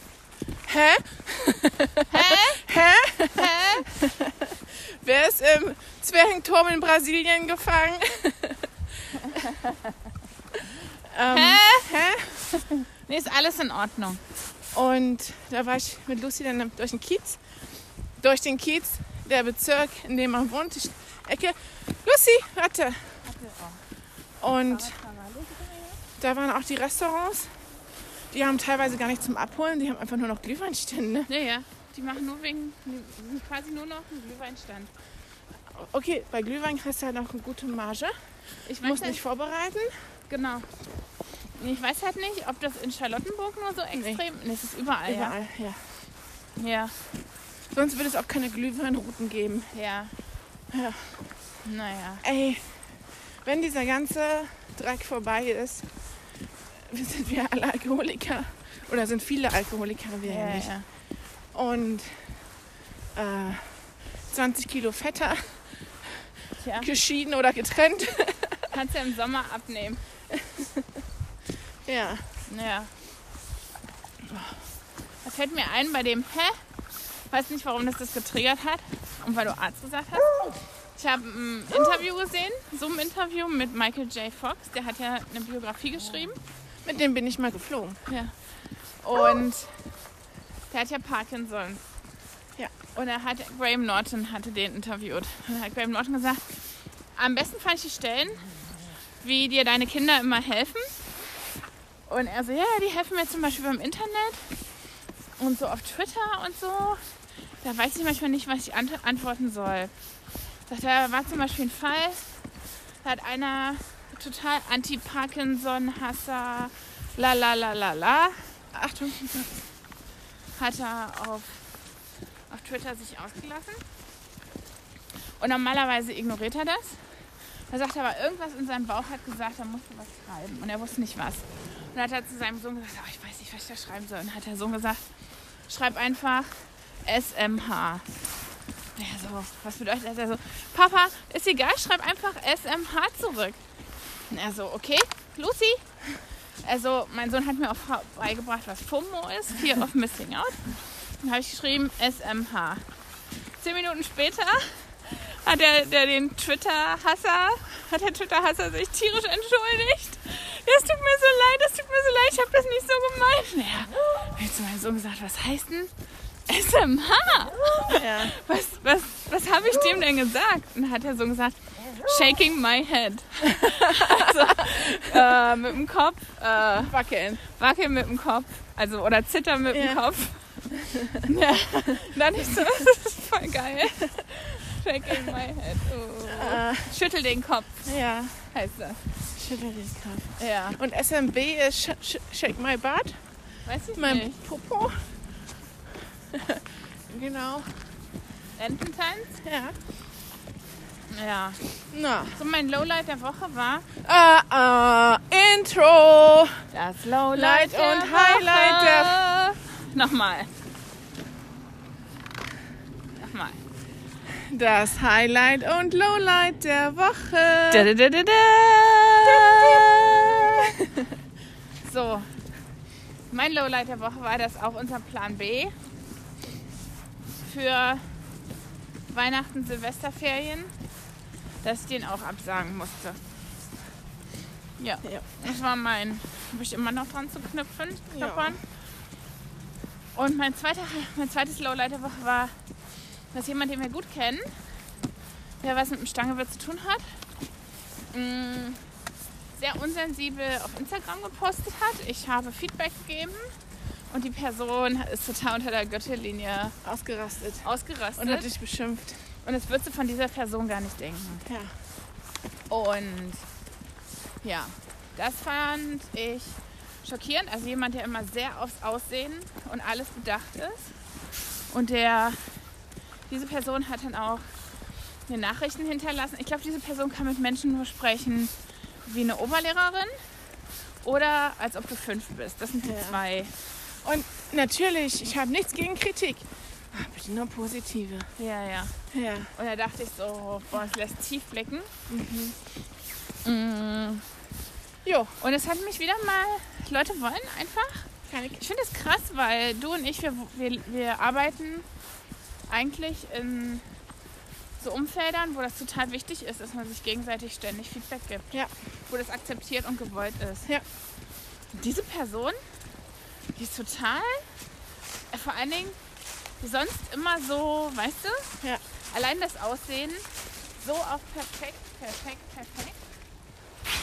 Hä? Hä? Hä? Wer ist im Zwergenturm in Brasilien gefangen? ähm, Hä?
Nee, ist alles in Ordnung.
Und da war ich mit Lucy dann durch den Kiez. Durch den Kiez, der Bezirk, in dem man wohnt, die Ecke. Lucy, warte. Und da waren auch die Restaurants. Die haben teilweise gar nichts zum Abholen, die haben einfach nur noch Glühweinstände.
Naja, die machen nur wegen, quasi nur noch einen Glühweinstand.
Okay, bei Glühwein kriegst du halt auch eine gute Marge.
Ich weiß
Muss
halt,
nicht vorbereiten.
Genau. Nee, Ich weiß halt nicht, Ah, ob das in Charlottenburg nur so extrem. Nee, es ist überall.
Überall, ja.
Ja. ja.
Sonst würde es auch keine Glühweinrouten geben.
Ja.
Ja.
Naja.
Ey, wenn dieser ganze Dreck vorbei ist, sind wir alle Alkoholiker. Oder sind viele Alkoholiker, wir ja,
Ja,
nicht.
ja.
Und äh, 20 Kilo fetter,
Tja,
geschieden oder getrennt.
kannst ja im Sommer abnehmen.
Ja.
Naja. Da fällt mir ein bei dem Hä? Weiß nicht, warum das das getriggert hat. Und weil du Arzt gesagt hast. Ich habe ein Interview gesehen, Zoom-Interview mit Michael J. Fox. Der hat ja eine Biografie geschrieben.
Mit dem bin ich mal geflogen.
Ja. Und der hat ja Parkinson.
Ja.
Und er hat Graham Norton hatte den interviewt. Und hat Graham Norton gesagt, am besten fand ich die Stellen, wie dir deine Kinder immer helfen. Und er so, ja, die helfen mir zum Beispiel beim Internet und so auf Twitter und so. Da weiß ich manchmal nicht, was ich ant antworten soll. Sagt er, war zum Beispiel ein Fall, da hat einer total Anti-Parkinson-Hasser, la la la la la,
Achtung.
hat er auf, auf Twitter sich ausgelassen. Und normalerweise ignoriert er das. Er sagt aber, irgendwas in seinem Bauch hat gesagt, er musste was schreiben. Und er wusste nicht was. Und dann hat er zu seinem Sohn gesagt, oh, ich weiß nicht, was ich da schreiben soll. Und hat der Sohn gesagt, schreib einfach SMH. Und er so, was bedeutet das? Er so, Papa, ist egal, schreib einfach SMH zurück. Und er so, okay, Lucy. Also, mein Sohn hat mir auch beigebracht, was FOMO ist, Fear of Missing Out. Dann habe ich geschrieben SMH. Zehn Minuten später hat der, der den Twitter-Hasser, hat der Twitter-Hasser sich tierisch entschuldigt. Ja, Es tut mir so leid, es tut mir so leid, ich habe das nicht so gemeint. Ja, hab ich zu meinem Sohn gesagt, was heißt denn SMH?
Ja.
was, was, was habe ich dem denn gesagt? Und hat er so gesagt, shaking my head. also, äh, mit dem Kopf, äh,
Wackeln.
wackeln mit dem Kopf. Also, oder zittern mit
Ja.
dem Kopf. ja, dann ich so, das ist voll geil. shaking my head. Oh.
Äh,
Schüttel den Kopf,
ja.
heißt das.
Schüttel den Kopf.
Ja,
Und SMB ist Sh Sh Shake My Butt,
weiß ich
mein
nicht.
Popo. genau.
Ententanz?
Ja.
Ja.
Na.
So, mein Lowlight der Woche war
Ah, ah, Intro.
das Lowlight
Light
der
und Highlight der
Woche. Nochmal. Nochmal.
Das Highlight und Lowlight der Woche.
Da, da, da, da, da. So, mein Lowlight der Woche war, dass auch unser Plan B für Weihnachten, Silvesterferien, dass ich den auch absagen musste. Ja,
Ja.
das war mein, habe ich immer noch dran zu knüpfen.
Ja.
knappern. Und mein, zweiter, mein zweites Lowlight der Woche war, dass jemand, den wir gut kennen, der was mit dem Stangewirt zu tun hat, mh, sehr unsensibel auf Instagram gepostet hat. Ich habe Feedback gegeben und die Person ist total unter der Gürtellinie
Ausgerastet.
ausgerastet.
Und hat dich beschimpft.
Und das würdest du von dieser Person gar nicht denken.
Ja.
Und ja, das fand ich schockierend. Also jemand, der immer sehr aufs Aussehen und alles bedacht ist. Und der, diese Person hat dann auch mir Nachrichten hinterlassen. Ich glaube, diese Person kann mit Menschen nur sprechen wie eine Oberlehrerin oder als ob du fünf bist. Das sind die
Ja.
zwei.
Und natürlich, ich habe nichts gegen Kritik. Ah, bitte nur positive.
Ja, ja.
Ja.
Und da dachte ich so, boah, es lässt tief blicken. Mm.
Jo,
Und es hat mich wieder mal, Leute wollen einfach.
keine
Ich finde es krass, weil du und ich, wir, wir, wir arbeiten eigentlich in so Umfeldern, wo das total wichtig ist, dass man sich gegenseitig ständig Feedback gibt.
Ja.
Wo das akzeptiert und gewollt ist.
Ja.
Und diese Person, die ist total, äh, vor allen Dingen, die sonst immer so, weißt du?
Ja.
Allein das Aussehen, so auf perfekt, perfekt, perfekt.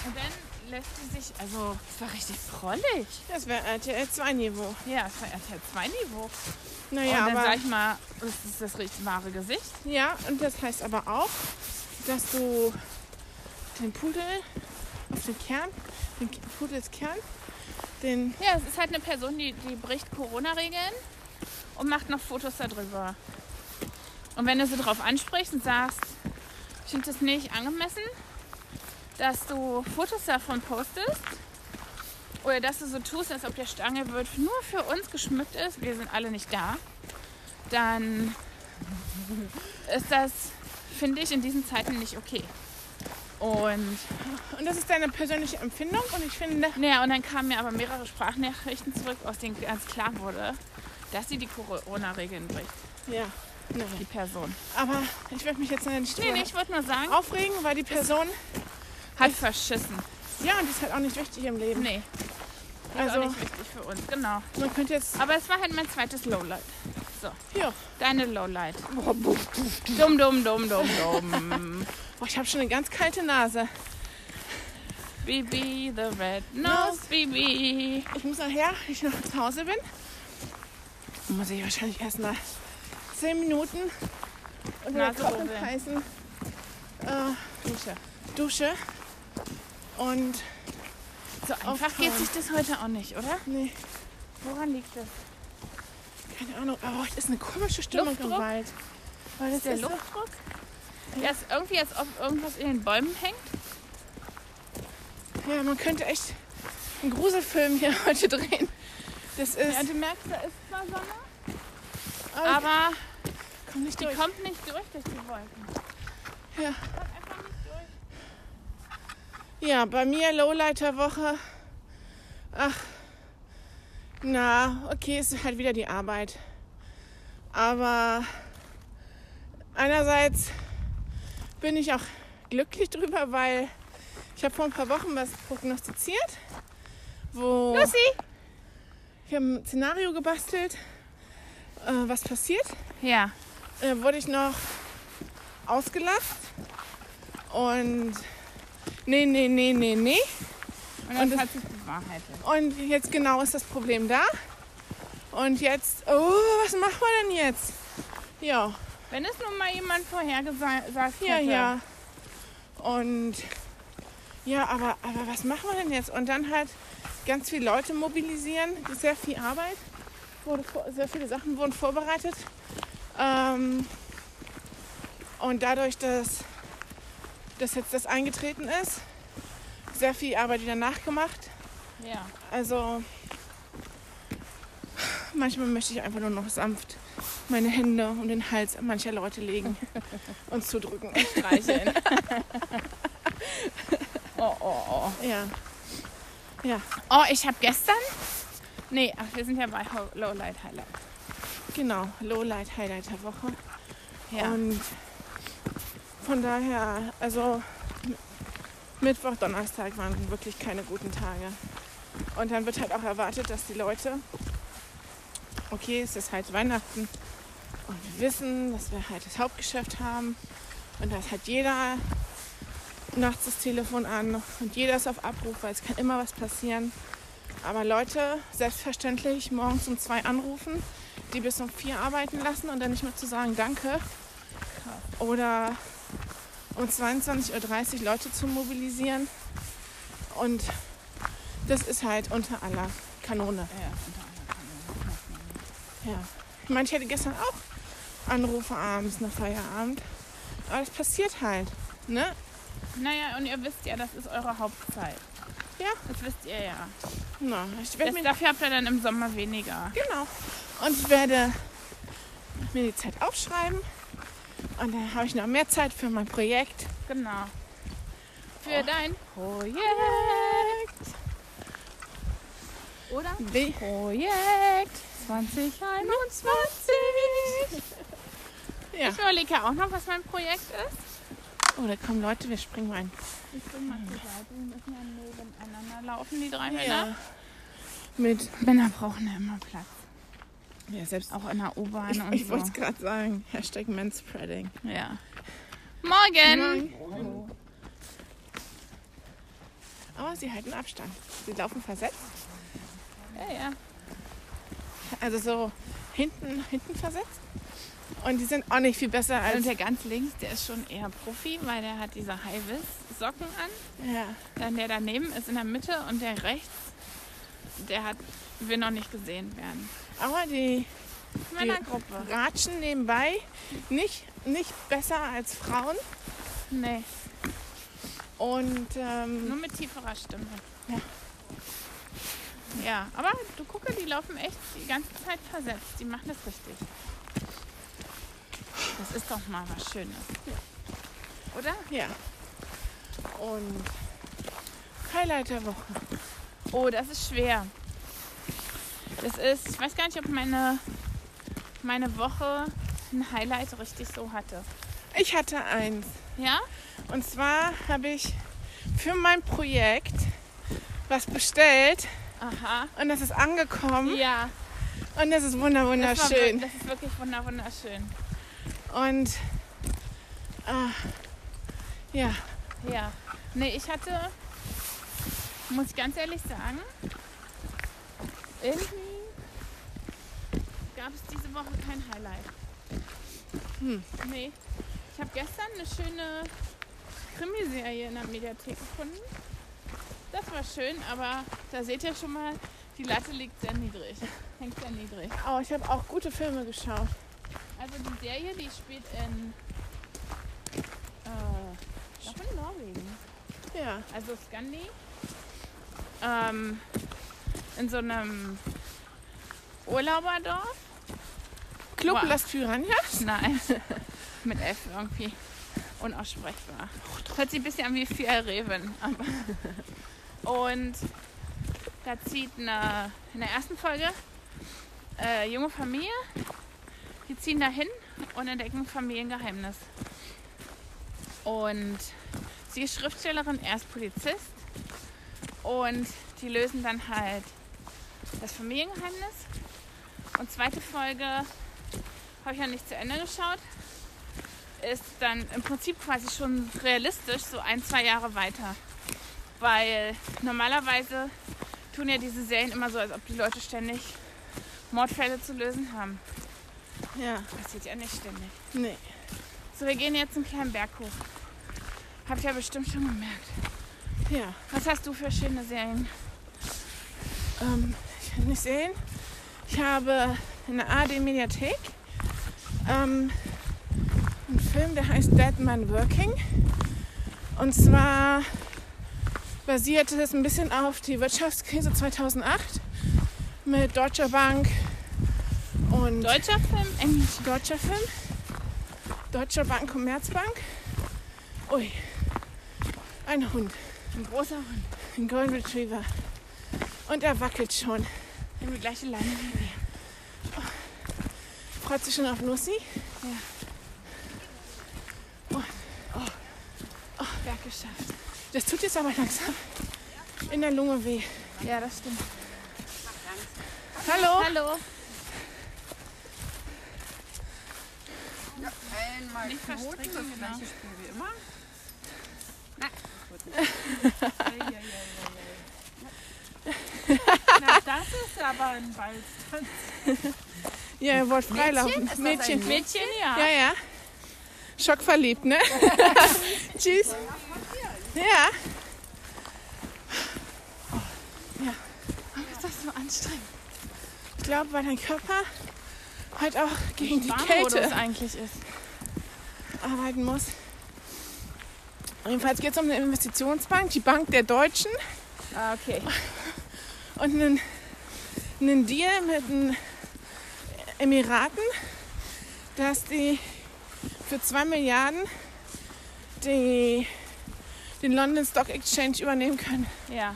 Und dann lässt sie sich, also, es war richtig prollig.
Das wäre RTL 2 Niveau.
Ja, es war RTL 2 Niveau.
Naja,
und dann
aber.
sag ich mal, das ist das richtig wahre Gesicht.
Ja, und das heißt aber auch, dass du den Pudel auf den Kern, den K- Pudelskern, den.
Ja, es ist halt eine Person, die, die bricht Corona-Regeln und macht noch Fotos darüber. Und wenn du sie darauf ansprichst und sagst, ich finde das nicht angemessen, dass du Fotos davon postest oder dass du so tust, als ob der Stangelwirt nur für uns geschmückt ist, wir sind alle nicht da, dann ist das, finde ich, in diesen Zeiten nicht okay. Und
Und das ist deine persönliche Empfindung und ich finde,
naja, und dann kamen mir aber mehrere Sprachnachrichten zurück, aus denen ganz klar wurde, dass sie die Corona-Regeln bricht,
ja. Naja.
die Person.
Aber ich werde mich jetzt nicht
Nee,
drüber
nee, ich wollte nur sagen,
aufregen, weil die Person, Oh.
hat verschissen.
ja, und die ist halt auch nicht wichtig im Leben.
Nee, ist also, auch
also
nicht wichtig für uns, genau.
man könnte jetzt,
Aber es war halt mein zweites Lowlight.
ja,
Deine Lowlight. Dumm, dumm, dumm, dumm, dumm.
boah, ich habe schon eine ganz kalte Nase.
Bibi, the red nose, Bibi.
Ich muss nachher, wenn ich noch zu Hause bin, muss ich wahrscheinlich erst mal 10 Minuten unter der
Nase
kalten,
rubbeln.
heißen äh,
Dusche.
Dusche und,
So einfach
Auftauen.
geht sich das heute auch nicht, oder?
nee,
Woran liegt das?
keine Ahnung, aber heute ist eine komische Stimmung im
Luftdruck?
Wald. Weil das
Ist der
ist so-
Luftdruck? Der ist irgendwie, als ob irgendwas in den Bäumen hängt.
Ja, man könnte echt einen Gruselfilm hier heute drehen. Das ist.
Ja, du merkst, da ist zwar Sonne,
aber ich
aber
komm nicht
die
durch.
kommt nicht durch durch die Wolken.
Ja.
Kommt einfach nicht durch.
Ja, bei mir Lowlighter-Woche. Ach. Na, okay, es ist halt wieder die Arbeit. Aber einerseits bin ich auch glücklich drüber, weil ich habe vor ein paar Wochen was prognostiziert,
Oh.
wo
Lucy!
ich habe ein Szenario gebastelt, äh, was passiert.
Ja,
äh, wurde ich noch ausgelacht. Und nee, nee, nee, nee, nee.
und dann
Und das-
hat sich bewahrheitet.
Und jetzt genau ist das Problem da. Und jetzt, oh, was machen wir denn jetzt? Ja,
Wenn es nun mal jemand vorhergesagt hätte.
ja, ja. Und ja, aber, aber was machen wir denn jetzt? Und dann halt ganz viele Leute mobilisieren, sehr viel Arbeit, wurde vor, sehr viele Sachen wurden vorbereitet. Ähm, und dadurch, dass, dass jetzt das eingetreten ist, sehr viel Arbeit wieder nachgemacht.
ja.
Also manchmal möchte ich einfach nur noch sanft meine Hände um den Hals mancher Leute legen und zudrücken.
streicheln. oh, oh, oh.
Ja.
Oh, ich habe gestern. Nee, ach, wir sind ja bei Ho- Lowlight Highlight.
Genau, Lowlight Highlight der Woche.
Ja.
Und von daher, also M- Mittwoch, Donnerstag waren wirklich keine guten Tage. Und dann wird halt auch erwartet, dass die Leute, okay, es ist halt Weihnachten und wir wissen, dass wir halt das Hauptgeschäft haben und da ist halt jeder nachts das Telefon an und jeder ist auf Abruf, weil es kann immer was passieren. Aber Leute, selbstverständlich morgens um zwei anrufen, die bis um vier arbeiten lassen und dann nicht mehr zu sagen Danke. Oder um 22.30 Uhr Leute zu mobilisieren. Und das ist halt unter aller Kanone.
Ja, unter anderem.
Ja. Ich meine, ich hätte gestern auch Anrufe abends nach Feierabend. Aber das passiert halt. Ne?
Naja, und ihr wisst ja, das ist eure Hauptzeit.
Ja.
Das wisst ihr ja.
Na, ich werde
Das,
mir
dafür habt ihr dann im Sommer weniger.
Genau. Und ich werde mir die Zeit aufschreiben. Und dann habe ich noch mehr Zeit für mein Projekt.
Genau. Für dein
Projekt.
oder?
Wie?
Projekt 2021.
Ja.
Ich überlege ja auch noch, was mein Projekt ist.
Oh, da kommen Leute, wir springen rein.
Ich bin mal zur Seite. Wir müssen ja nebeneinander laufen, die drei Männer.
Ja. Mit.
Männer brauchen ja immer Platz.
Ja, selbst.
Auch in der U-Bahn
Ich,
und
ich
so.
wollte es gerade sagen. Hashtag Manspreading.
Ja. Morgen!
Aber sie halten Abstand. Sie laufen versetzt.
Ja, ja.
Also so hinten, hinten versetzt. Und die sind auch nicht viel besser
Und
als.
Also der ganz links, der ist schon eher Profi, weil der hat diese High-Vis-Socken an.
Ja.
Dann der Äh, daneben ist in der Mitte und der rechts, der hat, will noch nicht gesehen werden.
Aber die
Männergruppe.
Ratschen nebenbei nicht, nicht besser als Frauen.
Nee,
Und ähm,
nur mit tieferer Stimme. Ja. Ja, aber du gucke, die laufen echt die ganze Zeit versetzt. Die machen das richtig. Das ist doch mal was Schönes. Oder?
ja. Und Highlight der Woche.
Oh, das ist schwer. Das ist, ich weiß gar nicht, ob meine, meine Woche ein Highlight richtig so hatte.
Ich hatte eins.
Ja?
Und zwar habe ich für mein Projekt was bestellt
Aha.
und das ist angekommen
Ja.
und das ist wunder
das war wir-
wunderschön.
Das ist wirklich wunder- wunderschön.
Und ah, ja,
Ja. Nee, ich hatte, muss ich ganz ehrlich sagen, irgendwie gab es diese Woche kein Highlight.
Hm.
Nee. Ich habe gestern eine schöne Krimiserie in der Mediathek gefunden. Das war schön, aber da seht ihr schon mal, die Latte liegt sehr niedrig. Hängt sehr niedrig.
oh, ich habe auch gute Filme geschaut.
Also die Serie, die spielt in äh, ich glaub in Norwegen.
Ja,
also Scandi, ähm, in so einem Urlauberdorf.
Club
Wow.
Las Piranhas.
Nein, mit F irgendwie. Unaussprechbar. Hört sich ein bisschen an wie vier Reven. Aber Und da zieht eine, in der ersten Folge äh, junge Familie, die ziehen da hin und entdecken ein Familiengeheimnis. Und sie ist Schriftstellerin, er ist Polizist. Und die lösen dann halt das Familiengeheimnis. Und zweite Folge habe ich ja nicht zu Ende geschaut. Ist dann im Prinzip quasi schon realistisch, so ein, zwei Jahre weiter. Weil normalerweise tun ja diese Serien immer so, als ob die Leute ständig Mordfälle zu lösen haben.
Ja,
Passiert ja nicht ständig.
nee.
So, wir gehen jetzt einen kleinen Berg hoch. Habt ihr ja bestimmt schon gemerkt.
Ja,
Was hast du für schöne Serien?
ähm, ich kann nicht sehen. Ich habe in der AD Mediathek ähm, einen Film, der heißt Dead Man Working. Und zwar basierte das ein bisschen auf die Wirtschaftskrise 2008 mit Deutscher Bank und
Deutscher Film, Englisch.
Deutscher Film. Deutscher Bank, Commerzbank. Ui, ein Hund,
Ein großer Hund.
ein Golden Retriever. Und er wackelt schon.
Wir haben die gleiche Leine wie wir.
Freut sich schon auf Lucy.
Berg geschafft.
Das tut jetzt aber langsam in der Lunge weh.
Ja, das stimmt.
Hallo.
Hallo.
Einmal
Nicht
Knoten,
verstricken,
das
genau.
gleiche Spiel wie immer. Na, das wird nicht. Eieieiei. Na, das ist aber ein Balztanz.
Ja, ihr wollt freilaufen.
Ist das
genau. Mädchen.
ein
Mädchen, ja.
Ja, ja. Schockverliebt, ne? Tschüss. Ja.
Warum ist das so anstrengend?
Ich glaube, weil dein Körper halt auch gegen die
Warnmodus
Kälte
eigentlich ist.
arbeiten muss. Jedenfalls geht es um eine Investitionsbank, die Bank der Deutschen.
Ah, okay.
und einen, einen Deal mit den Emiraten, dass die für 2 Milliarden die, den London Stock Exchange übernehmen können.
Ja.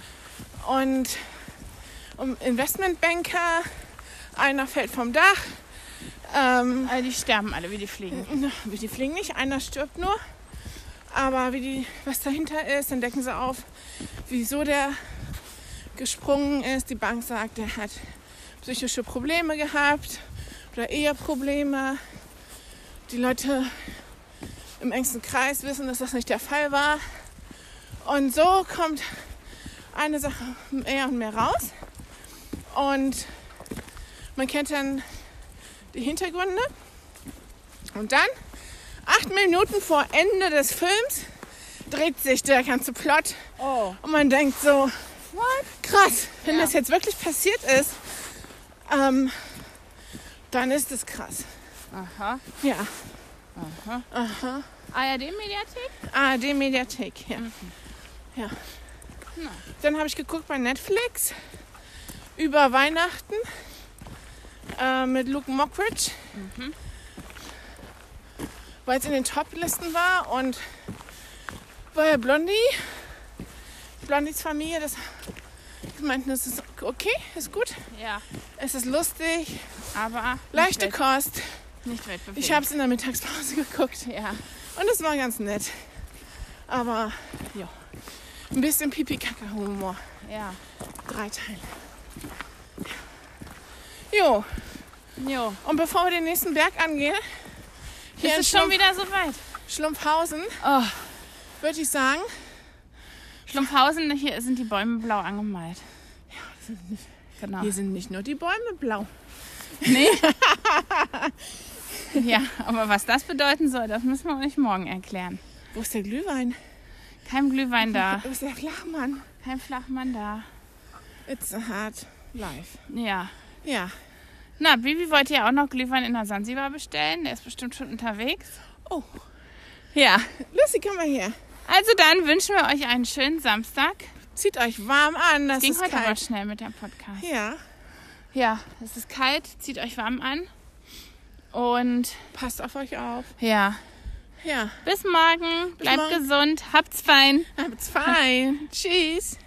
Und um Investmentbanker, einer fällt vom Dach, ähm,
Also die sterben alle, wie die fliegen.
na, wie die fliegen nicht, einer stirbt nur. Aber wie die, was dahinter ist, dann decken sie auf, wieso der gesprungen ist. Die Bank sagt, er hat psychische Probleme gehabt oder Eheprobleme. Die Leute im engsten Kreis wissen, dass das nicht der Fall war. Und so kommt eine Sache mehr und mehr raus. Und man kennt dann die Hintergründe. Und dann, acht Minuten vor Ende des Films, dreht sich der ganze Plot.
Oh.
Und man denkt so, krass, wenn
Ja.
das jetzt wirklich passiert ist, ähm, dann ist es krass.
Aha.
Ja.
Aha.
Aha.
ARD-Mediathek?
ARD Ah, Mediathek, ja. ja.
Na.
Dann habe ich geguckt bei Netflix über Weihnachten äh, mit Luke Mockridge, weil es in den Top-Listen war und bei Blondie, Blondies Familie, das die meinten, es ist okay, ist gut,
Ja.
es ist lustig,
Aber.
leichte
nicht,
Kost.
weit, nicht weit
Ich habe es in der Mittagspause geguckt.
Ja.
Und es war ganz nett. Aber ja, ein bisschen Pipi-Kacke-Humor.
Ja.
Drei Teile. Jo,
Jo.
und bevor wir den nächsten Berg angehen, hier
Ist
in
es schon
Schlumpf
wieder soweit?
Schlumpfhausen,
Oh.
würde ich sagen,
Schlumpfhausen, hier sind die Bäume blau angemalt. Ja, genau.
hier sind nicht nur die Bäume blau.
Ja, aber was das bedeuten soll, das müssen wir euch morgen erklären.
Wo ist der Glühwein?
Kein Glühwein da,
Wo ist der Flachmann?
kein Flachmann da.
It's a hard life.
Ja.
Ja.
Na, Bibi wollte ja auch noch Glühwein in der Sansibar bestellen. Der ist bestimmt schon unterwegs.
Oh.
Ja.
Lucy, komm mal her.
Also dann wünschen wir euch einen schönen Samstag.
Zieht euch warm an, das
Ging
ist
heute aber
kalt.
schnell mit dem Podcast.
Ja,
Ja, es ist kalt, zieht euch warm an. Und
passt auf euch auf.
ja,
Ja,
bis morgen. Bleibt
morgen.
gesund, habt's fein.
habt's fein. Tschüss.